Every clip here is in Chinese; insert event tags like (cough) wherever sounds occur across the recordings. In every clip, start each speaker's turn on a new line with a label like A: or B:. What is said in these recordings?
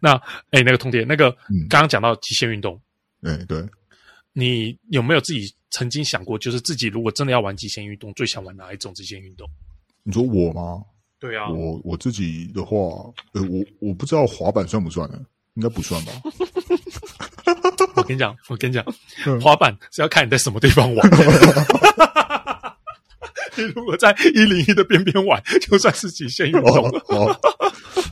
A: 那哎，那个通铁，那个
B: 嗯
A: 刚刚讲到极限运动，
B: 哎对，
A: 你有没有自己曾经想过，就是自己如果真的要玩极限运动，最想玩哪一种极限运动？
B: 你说我吗？
A: 对啊，
B: 我我自己的话，呃，我我不知道滑板算不算呢？应该不算
A: (laughs)
B: 吧？
A: 我跟你讲，我跟你讲
B: 嗯，
A: 滑板是要看你在什么地方玩。你 (laughs) 如果在一零一的边边玩，就算是极限运动
B: 哦
A: 了。
B: 哦，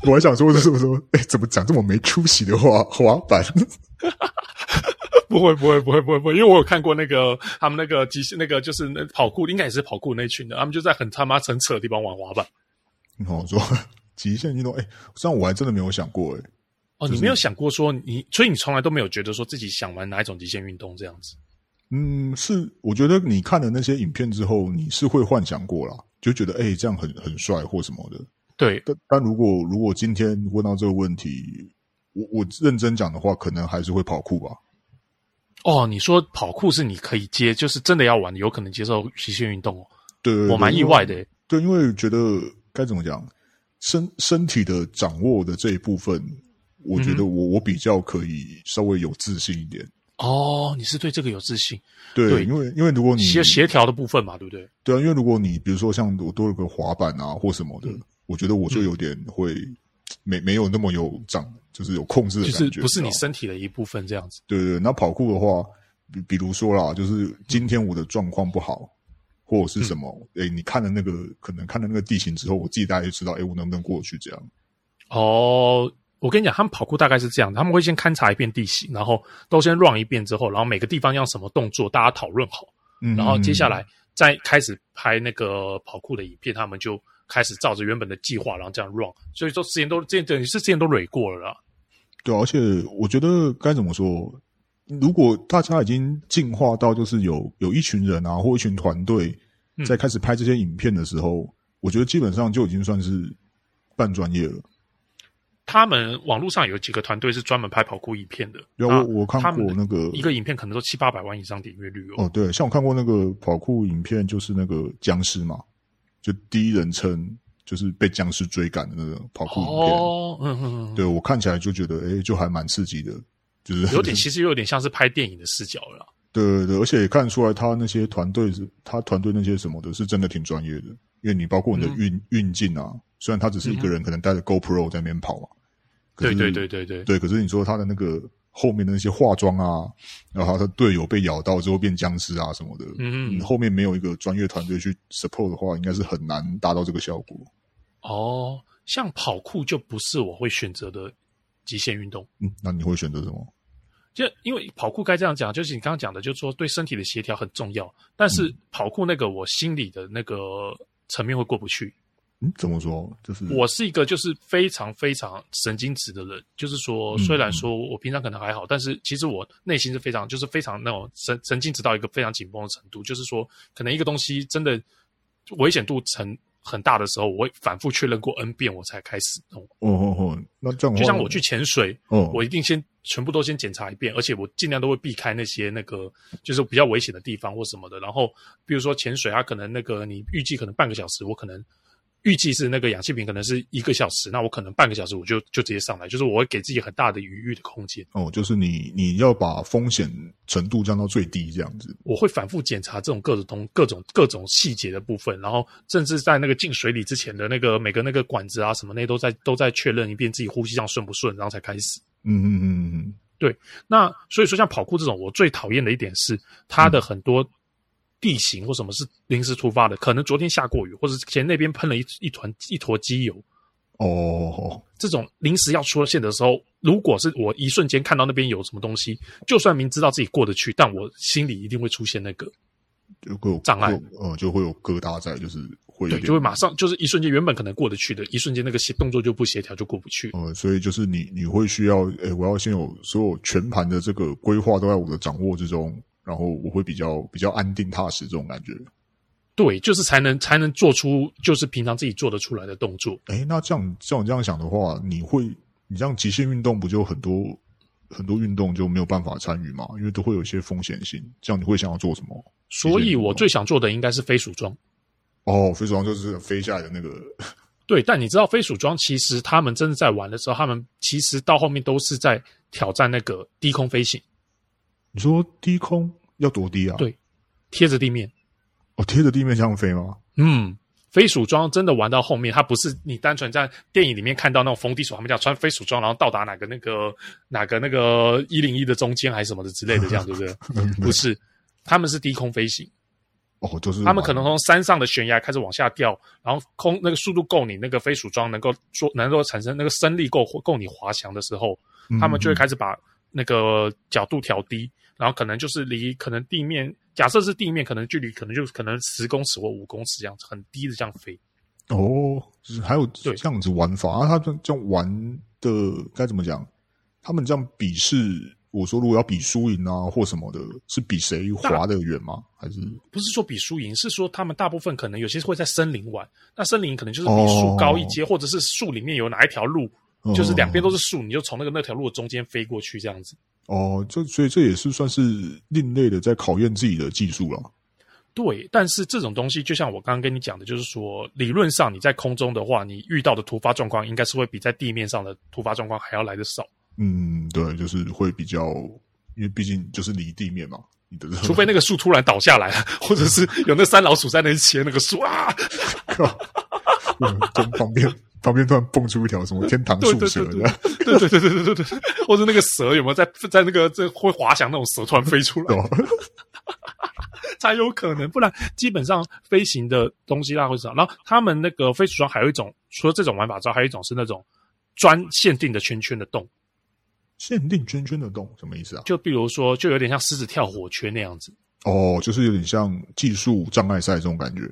B: 我还想说这是不是？哎，怎么讲这么没出息的话？滑板
A: (laughs) 不会，不会，不会，不会，不会，因为我有看过那个他们那个极限那个就是那跑酷，应该也是跑酷那一群的，他们就在很他妈很扯的地方玩滑板。
B: 哦，说极限运动，哎，这样我还真的没有想过，哎，
A: 哦，你没有想过说你，所以你从来都没有觉得说自己想玩哪一种极限运动这样子。
B: 嗯，是，我觉得你看了那些影片之后，你是会幻想过啦，就觉得哎、这样很很帅或什么的。
A: 对，
B: 但但如果如果今天问到这个问题，我我认真讲的话，可能还是会跑酷吧。
A: 哦，你说跑酷是你可以接，就是真的要玩，有可能接受极限运动哦。
B: 对对对
A: 我蛮意外的耶。
B: 对，因为觉得该怎么讲，身身体的掌握的这一部分，我觉得
A: 嗯
B: 我、我比较可以稍微有自信一点。
A: 哦，你是对这个有自信，
B: 对，
A: 对
B: 因为因为如果你
A: 协协调的部分嘛，对不对？
B: 对啊，因为如果你比如说像我多了个滑板啊或什么的，
A: 嗯
B: 我觉得我就有点会没没有那么有掌，就是有控制的
A: 就
B: 感觉，
A: 是不是你
B: 知道吗
A: 身体的一部分这样子。
B: 对对。那跑酷的话，比比如说啦，就是今天我的状况不好，或者是
A: 嗯
B: 什么，哎、你看了那个可能看了那个地形之后，我自己大概就知道，哎，我能不能过去这样。
A: 哦，我跟你讲，他们跑酷大概是这样，他们会先勘察一遍地形，然后都先 run 一遍之后，然后每个地方要什么动作，大家讨论好，
B: 嗯，
A: 然后接下来再开始拍那个跑酷的影片，他们就开始照着原本的计划，然后这样 run。所以说之前都之前等于是之前都蕊过了啦。
B: 对啊，而且我觉得该怎么说，如果大家已经进化到就是有有一群人啊，或一群团队
A: 嗯
B: 在开始拍这些影片的时候，我觉得基本上就已经算是半专业了。
A: 他们网络上有几个团队是专门拍跑酷影片的，
B: 对啊，
A: 啊
B: 我我看
A: 他
B: 过
A: 们
B: 那个
A: 一个影片可能都七八百万以上点阅率哦。
B: 哦，对，像我看过那个跑酷影片，就是那个僵尸嘛，就第一人称就是被僵尸追赶的那个跑酷影片。
A: 哦，嗯嗯嗯，
B: 对我看起来就觉得，哎，就还蛮刺激的，就是
A: 有点其实有点像是拍电影的视角了啦。
B: 对对对，而且也看得出来他那些团队是，他团队那些什么的，是真的挺专业的。因为你包括你的
A: 嗯
B: 运、运镜啊，虽然他只是一个人，可能带着 GoPro 在那边跑嘛，啊可
A: 对
B: 是
A: 对对对对，
B: 对，可是你说他的那个后面的那些化妆啊，然后他的队友被咬到之后变僵尸啊什么的，
A: 嗯
B: 你后面没有一个专业团队去 support 的话，应该是很难达到这个效果。
A: 哦，像跑酷就不是我会选择的极限运动。
B: 嗯，那你会选择什么？
A: 就因为跑酷该这样讲，就是你刚刚讲的，就是说对身体的协调很重要。但是
B: 嗯
A: 跑酷那个，我心里的那个层面会过不去。
B: 嗯，怎么说？就是
A: 我是一个就是非常非常神经质的人，就是说，
B: 嗯
A: 虽然说我平常可能还好，但是其实我内心是非常就是非常那种神神经质到一个非常紧绷的程度，就是说，可能一个东西真的危险度成很大的时候，我会反复确认过 n 遍，我才开始弄。
B: 哦哦哦，那这样的话
A: 就像我去潜水，
B: 哦，
A: 我一定先全部都先检查一遍，而且我尽量都会避开那些那个就是比较危险的地方或什么的。然后比如说潜水，啊它可能那个你预计可能半个小时，我可能预计是那个氧气瓶可能是一个小时，那我可能半个小时我就就直接上来，就是我会给自己很大的余裕的空间。
B: 哦，就是你你要把风险程度降到最低，这样子。
A: 我会反复检查这种各种东各种各种细节的部分，然后甚至在那个进水里之前的那个每个那个管子啊什么那些都在都在确认一遍自己呼吸上顺不顺，然后才开始。
B: 嗯嗯嗯嗯
A: 那所以说，像跑酷这种，我最讨厌的一点是它的很多地形或什么是临时突发的，可能昨天下过雨，或者前那边喷了一一团一坨机油，
B: 嗯，哦，
A: 这种临时要出现的时候，如果是我一瞬间看到那边有什么东西，就算明知道自己过得去，但我心里一定会出现那个，
B: 就会有
A: 障碍
B: 会有呃，就会有疙瘩在，就是会有
A: 对，
B: 点
A: 就会马上就是一瞬间原本可能过得去的，一瞬间那个协动作就不协调，就过不去。
B: 呃，所以就是你你会需要，诶，我要先有所有全盘的这个规划都在我的掌握之中，然后我会比较比较安定踏实这种感觉。
A: 对，就是才能才能做出就是平常自己做得出来的动作。
B: 诶，那这样这样这样想的话，你会你这样极限运动不就很多很多运动就没有办法参与嘛？因为都会有一些风险性，这样你会想要做什么？
A: 所以我最想做的应该是飞鼠装。
B: 哦，飞鼠王就是飞下来的那个
A: 对，但你知道飞鼠装其实他们真的在玩的时候，他们其实到后面都是在挑战那个低空飞行，
B: 你说低空要多低啊？
A: 对贴着地面。
B: 哦，贴着地面这样飞吗？
A: 嗯，飞鼠装真的玩到后面，它不是你单纯在电影里面看到那种逢低手，他们讲穿飞鼠装，然后到达哪个那个哪个那个一零一的中间还是什么的之类的，这样对不对？不是，他们是低空飞行，
B: 哦，就是
A: 他们可能从山上的悬崖开始往下掉，然后空那个速度够你那个飞鼠装能够说能够产生那个升力够够你滑翔的时候，
B: 嗯
A: 他们就会开始把那个角度调低，然后可能就是离可能地面，假设是地面，可能距离可能就可能十公尺或五公尺这样子，很低的这样飞。
B: 哦，就是还有这
A: 对
B: 样子玩法啊，他这这样玩的该怎么讲？他们这样比试，我说如果要比输赢啊或什么的，是比谁滑得远吗？还是
A: 不是说比输赢，是说他们大部分可能有些会在森林玩，那森林可能就是比树高一阶，或者是树里面有哪一条路，
B: 哦
A: 就是两边都
B: 是
A: 是树，你就从那个那条路的中间飞过去这样子。
B: 哦，这所以这也是算是另类的，在考验自己的技术了。
A: 对，但是这种东西就像我刚刚跟你讲的，就是说理论上你在空中的话，你遇到的突发状况应该是会比在地面上的突发状况还要来的少，
B: 嗯，对，就是会比较，因为毕竟就是离地面嘛，你的
A: (laughs) 除非那个树突然倒下来， (laughs) 或者是有那三老鼠在那里切那个树啊，
B: 嗯从旁边旁边突然蹦出一条什么天堂
A: 对
B: 树
A: 对
B: 蛇
A: 对
B: 这
A: 对
B: 样。
A: (laughs) 对对对对对对对，或者那个蛇有没有在在那个这会滑翔那种蛇突然飞出来，
B: 哦，
A: (laughs) 才有可能，不然基本上飞行的东西大家会知道。然后他们那个飞鼠装还有一种，除了这种玩法之外，还有一种是那种专限定的圈圈的洞，
B: 限定圈圈的洞什么意思啊？
A: 就比如说，就有点像狮子跳火圈那样子。
B: 哦，就是有点像技术障碍赛这种感觉。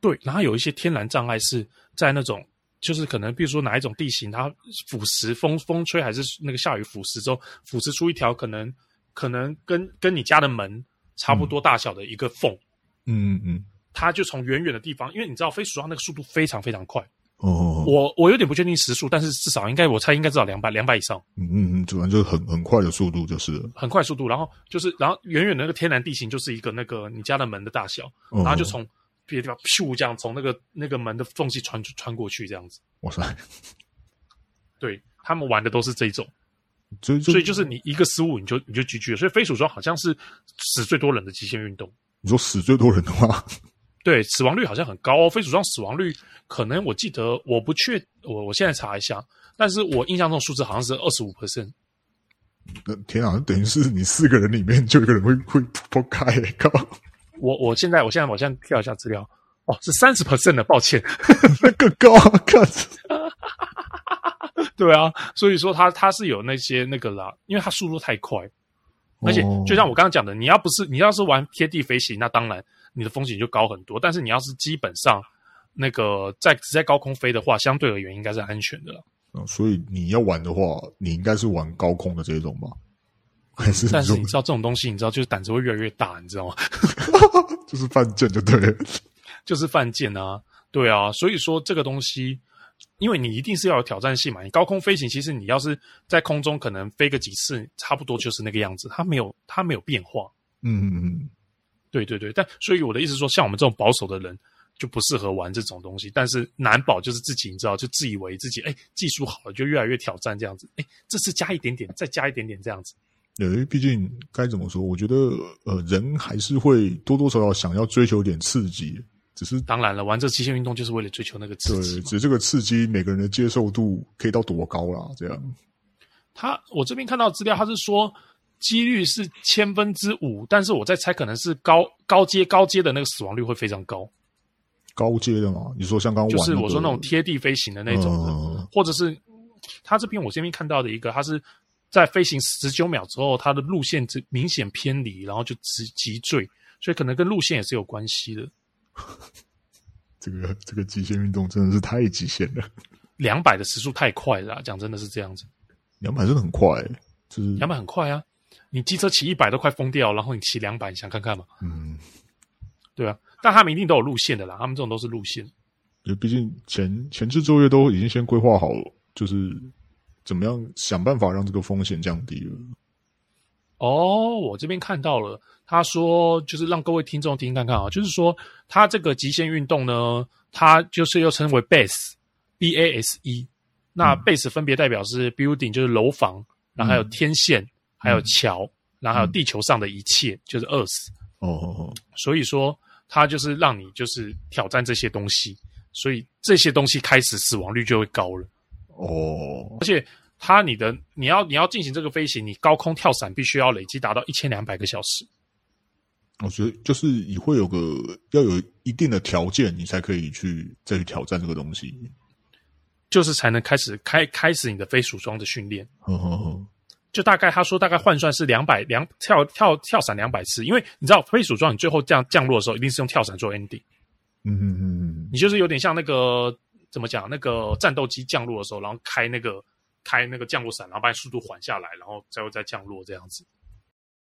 A: 对，然后有一些天然障碍是在那种，就是可能比如说哪一种地形，它腐蚀风风吹还是那个下雨腐蚀之后，腐蚀出一条可能可能跟跟你家的门差不多大小的一个缝，
B: 嗯嗯，
A: 它就从远远的地方，因为你知道飞鼠上那个速度非常非常快。
B: 哦，
A: 我我有点不确定时速，但是至少应该我猜应该至少两百两百以上，
B: 嗯嗯嗯，主要就是很很快的速度就是了，
A: 很快速度。然后就是，然后远远的那个天然地形就是一个那个你家的门的大小，
B: 然
A: 然后就从别的地方咻这样从那个那个门的缝隙穿穿过去这样子。
B: 哇塞，
A: 对他们玩的都是这种，
B: 所以就
A: 所以就是你一个失误你就你就 GG 了。所以飞鼠装好像是死最多人的极限运动，
B: 你说死最多人的话， (laughs)
A: 对死亡率好像很高哦。飞鼠装死亡率可能我记得我不确我我现在查一下，但是我印象中数字好像是二十五 percent。
B: 呃天啊，等于是你四个人里面就有一个人会会破开、靠， (laughs)
A: 我我现在我现在我现在跳一下资料，哦，是三十 percent 的，抱歉。
B: 那更高啊，看，
A: (laughs) 对啊，所以说它它是有那些那个啦，因为它速度太快，而且
B: 哦
A: 就像我刚刚讲的，你要不是你要是玩贴地飞行，那当然你的风险就高很多。但是你要是基本上那个在只在高空飞的话，相对而言应该是安全的啦。
B: 嗯所以你要玩的话，你应该是玩高空的这种吧？还是
A: 但是
B: 说
A: 你知道这种东西，你知道就是胆子会越来越大，你知道吗？ (laughs)
B: 就是犯贱就对了？
A: 就是犯贱啊，对啊，所以说这个东西，因为你一定是要有挑战性嘛。你高空飞行，其实你要是在空中可能飞个几次，差不多就是那个样子，它没有它没有变化。
B: 嗯嗯嗯，
A: 对对对，但所以我的意思说，像我们这种保守的人就不适合玩这种东西。但是难保就是自己，你知道，就自以为自己哎技术好了，就越来越挑战这样子。哎，这次加一点点，再加一点点这样子。
B: 对，因为毕竟该怎么说，我觉得呃，人还是会多多少少想要追求一点刺激，只是
A: 当然了，玩这极限运动就是为了追求那个刺
B: 对，
A: 激
B: 只
A: 嘛。
B: 是这个刺激每个人的接受度可以到多高啦？这样
A: 他我这边看到资料，他是说几率是千分之五，但是我在猜可能是高高阶高阶的那个死亡率会非常高，
B: 高阶的嘛？你说像刚刚、
A: 就
B: 玩
A: 是
B: 那个
A: 我说那种贴地飞行的那种的，
B: 嗯
A: 或者是他这边我这边看到的一个，他是在飞行十九秒之后，他的路线只明显偏离，然后就直急坠，所以可能跟路线也是有关系的。
B: 这个这个极限运动真的是太极限了，
A: 两百的时速太快了啊、讲真的是这样子，
B: 两百真的很快、欸，就是
A: 两百很快啊，你机车骑一百都快疯掉，然后你骑两百，你想看看吗？
B: 嗯，
A: 对啊，但他们一定都有路线的啦，他们这种都是路线。
B: 就毕竟前前置作业都已经先规划好，就是怎么样想办法让这个风险降低了。
A: 哦，我这边看到了，他说就是让各位听众听看看啊，就是说他这个极限运动呢，它就是又称为 base B A S E。那 base 分别代表是 building 就是楼房，然后还有天线，还有桥，然后还有地球上的一切，就是 earth。
B: 哦哦
A: 所以说，它就是让你就是挑战这些东西，所以这些东西开始死亡率就会高了。
B: 哦哦
A: 而且它你的你要你要进行这个飞行，你高空跳伞必须要累积达到一千两百个小时。
B: 我觉得就是你会有个要有一定的条件，你才可以去再去挑战这个东西。
A: 就是才能开始开开始你的非属装的训练。
B: 呵呵呵，
A: 就大概他说大概换算是两百两跳跳跳伞两百次，因为你知道非属装你最后降降落的时候一定是用跳伞做 ending，
B: 嗯嗯嗯
A: 你就是有点像那个怎么讲那个战斗机降落的时候，然后开那个开那个降落伞，然后把你速度缓下来，然后再再降落这样子。